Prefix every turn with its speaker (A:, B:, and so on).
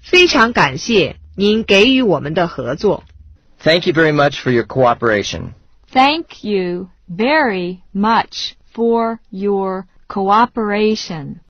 A: 非常感谢您给予我们的合作。
B: Thank you very much for your cooperation.
C: Thank you very much for your cooperation.